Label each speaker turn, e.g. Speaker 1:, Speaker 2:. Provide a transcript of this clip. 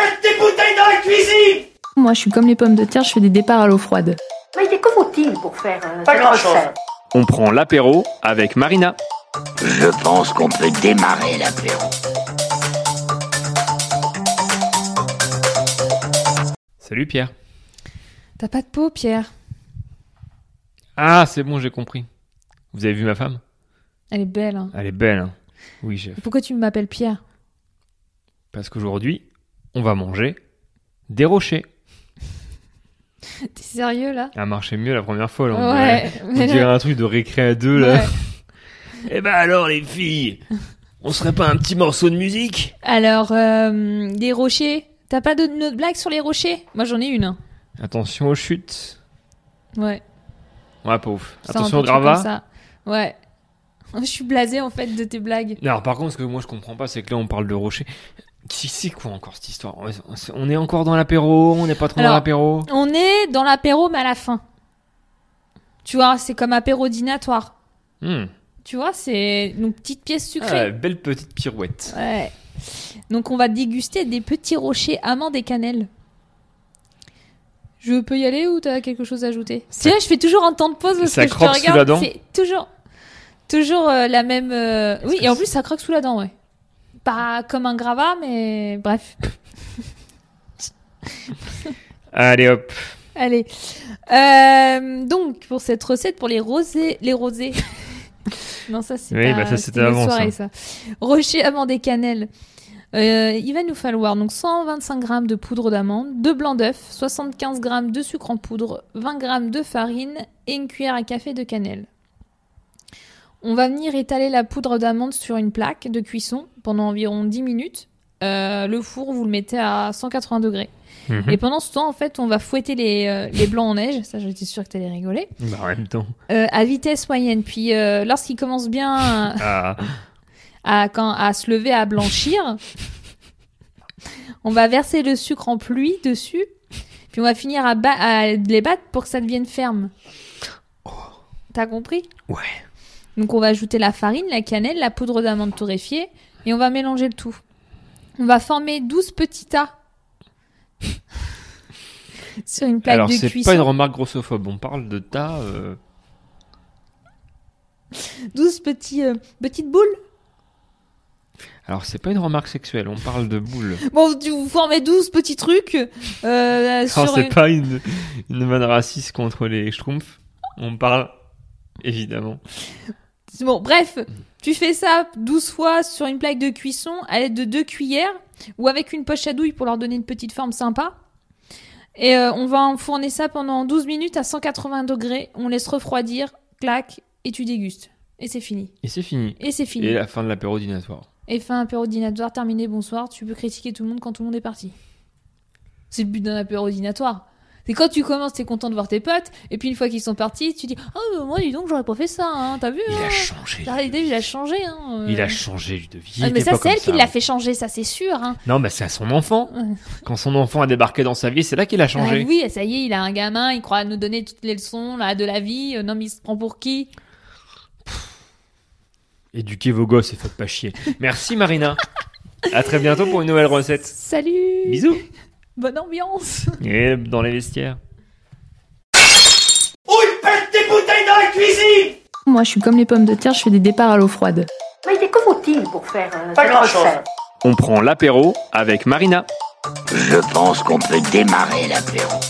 Speaker 1: allez dans la cuisine
Speaker 2: Moi, je suis comme les pommes de terre, je fais des départs à l'eau froide.
Speaker 3: Mais que faut-il pour faire euh,
Speaker 1: Pas
Speaker 3: cette
Speaker 1: grand-chose.
Speaker 3: recette
Speaker 4: On prend l'apéro avec Marina.
Speaker 5: Je pense qu'on peut démarrer l'apéro.
Speaker 4: Salut Pierre.
Speaker 6: T'as pas de peau, Pierre.
Speaker 4: Ah, c'est bon, j'ai compris. Vous avez vu ma femme
Speaker 6: Elle est belle. hein.
Speaker 4: Elle est belle. hein. oui, chef.
Speaker 6: Pourquoi tu m'appelles Pierre
Speaker 4: Parce qu'aujourd'hui, on va manger des rochers.
Speaker 6: T'es sérieux là
Speaker 4: Ça a marché mieux la première fois. là, on dirait-
Speaker 6: Ouais.
Speaker 4: On
Speaker 6: mais là-
Speaker 4: dirait un truc de récré à deux là.
Speaker 6: ouais.
Speaker 7: Eh ben alors les filles, on serait pas un petit morceau de musique
Speaker 6: Alors, euh, les rochers. T'as pas de notre blague sur les rochers Moi, j'en ai une. hein.
Speaker 4: Attention aux chutes.
Speaker 6: Ouais.
Speaker 4: Ouais, pas ouf.
Speaker 6: C'est un peu
Speaker 4: Attention aux
Speaker 6: de truc comme
Speaker 4: gravats.
Speaker 6: ça. Ouais. Je suis blasée en fait de tes blagues.
Speaker 4: Alors par contre, ce que moi je comprends pas, c'est que là on parle de rocher. Qui c'est quoi encore cette histoire Ouais, c'est- On est encore dans l'apéro, on n'est pas trop
Speaker 6: Alors-
Speaker 4: dans l'apéro.
Speaker 6: On est dans l'apéro, mais à la fin. Tu vois, c'est comme apéro dînatoire.
Speaker 4: Hmm.
Speaker 6: Tu vois, c'est une petite pièce
Speaker 4: Ah,
Speaker 6: sucrée.
Speaker 4: belle petite pirouette.
Speaker 6: Ouais. Donc on va déguster des petits rochers amandes et cannelle. Je peux y aller ou t'as quelque chose à ajouter Tu vois, je fais toujours un temps de pause parce
Speaker 4: Ça
Speaker 6: que je te
Speaker 4: croque sous
Speaker 6: regarde.
Speaker 4: la dent
Speaker 6: C'est toujours, toujours euh, la même. euh, Oui,
Speaker 4: que
Speaker 6: et en
Speaker 4: c'est-
Speaker 6: plus ça croque sous la dent, ouais. Pas comme un gravat, mais bref.
Speaker 4: Allez hop.
Speaker 6: Allez. Euh, donc pour cette recette pour les rosés, les rosés. non ça c'est
Speaker 4: Oui,
Speaker 6: pas-
Speaker 4: bah, ça,
Speaker 6: c'est
Speaker 4: c'était
Speaker 6: une
Speaker 4: avant,
Speaker 6: soirée, ça. Rocher amande et cannelle. Euh, il va nous falloir donc 125 g de poudre d'amande, 2 blancs d'œufs, 75 g de sucre en poudre, 20 g de farine et une cuillère à café de cannelle. On va venir étaler la poudre d'amande sur une plaque de cuisson pendant environ 10 minutes. Euh, le four, vous le mettez à 180 degrés.
Speaker 4: Mhm.
Speaker 6: Et pendant ce temps, en fait, on va fouetter les, euh, les blancs en neige. Ça, j'étais sûre que t'allais rigoler.
Speaker 4: Bah, en même temps.
Speaker 6: Euh, à vitesse moyenne. Puis, euh, lorsqu'ils commencent bien euh,
Speaker 4: Ah,
Speaker 6: à, quand, à se lever, à blanchir, on va verser le sucre en pluie dessus. Puis, on va finir à, ba- à les battre pour que ça devienne ferme.
Speaker 4: Oh.
Speaker 6: T'as compris
Speaker 4: Ouais.
Speaker 6: Donc, on va ajouter la farine, la cannelle, la poudre d'amande torréfiée et on va mélanger le tout. On va former 12 petits tas sur une plaque
Speaker 4: Alors
Speaker 6: de
Speaker 4: c'est
Speaker 6: cuisson.
Speaker 4: pas une remarque grossophobe. On parle de tas. euh,
Speaker 6: 12 petits, euh, petites boules.
Speaker 4: Alors c'est pas une remarque sexuelle. On parle de boules.
Speaker 6: Bon, tu- vous formez 12 petits trucs euh,
Speaker 4: Non,
Speaker 6: sur
Speaker 4: Oh, c'est
Speaker 6: une...
Speaker 4: pas une une vanne raciste contre les schtroumpfs. On parle évidemment.
Speaker 6: Bon, bref, tu fais ça 12 fois sur une plaque de cuisson à l'aide de deux cuillères ou avec une poche à douille pour leur donner une petite forme sympa. Et euh, on va enfourner ça pendant 12 minutes à 180 degrés. On laisse refroidir, clac, et tu dégustes. Et c'est fini.
Speaker 4: Et c'est fini.
Speaker 6: Et c'est fini.
Speaker 4: Et
Speaker 6: Et,
Speaker 4: la fin de l'apéro dînatoire.
Speaker 6: fin apéro dînatoire terminé, bonsoir. Tu peux critiquer tout le monde quand tout le monde est parti. C'est le but d'un apéro dînatoire. C'est quand tu commences, t'es content de voir tes potes, et puis une fois qu'ils sont partis, tu dis Oh, bah, moi, dis donc, j'aurais pas fait ça, hein, t'as vu
Speaker 7: Il
Speaker 6: hein
Speaker 7: a changé.
Speaker 6: La réalité, il a changé. Hein, euh.
Speaker 4: Il a changé Ludovic.
Speaker 6: Ah,
Speaker 4: Il
Speaker 6: mais
Speaker 4: était
Speaker 6: ça,
Speaker 4: pas
Speaker 6: c'est
Speaker 4: comme
Speaker 6: elle qui
Speaker 4: ça. hein.
Speaker 6: l'a fait changer, ça, c'est sûr. Hein.
Speaker 4: Non, mais c'est à son enfant.
Speaker 6: Ouais.
Speaker 4: Quand son enfant a débarqué dans sa vie, c'est là qu'il a changé.
Speaker 6: Ah oui, ça y est, il a un gamin, il croit nous donner toutes les leçons là, de la vie. Euh, Non, mais il se prend pour qui
Speaker 4: Éduquez vos gosses et faites pas chier. Merci Marina. à très bientôt pour une nouvelle recette.
Speaker 6: Salut
Speaker 4: Bisous.
Speaker 6: Bonne ambiance
Speaker 4: Et dans les vestiaires.
Speaker 1: Ou il pète des bouteilles dans la cuisine
Speaker 2: Moi, je suis comme les pommes de terre, je fais des départs à l'eau froide.
Speaker 3: Mais que faut-il pour faire euh,
Speaker 1: Pas
Speaker 3: cette
Speaker 1: grand-chose.
Speaker 3: recette
Speaker 4: On prend l'apéro avec Marina.
Speaker 5: Je pense qu'on peut démarrer l'apéro.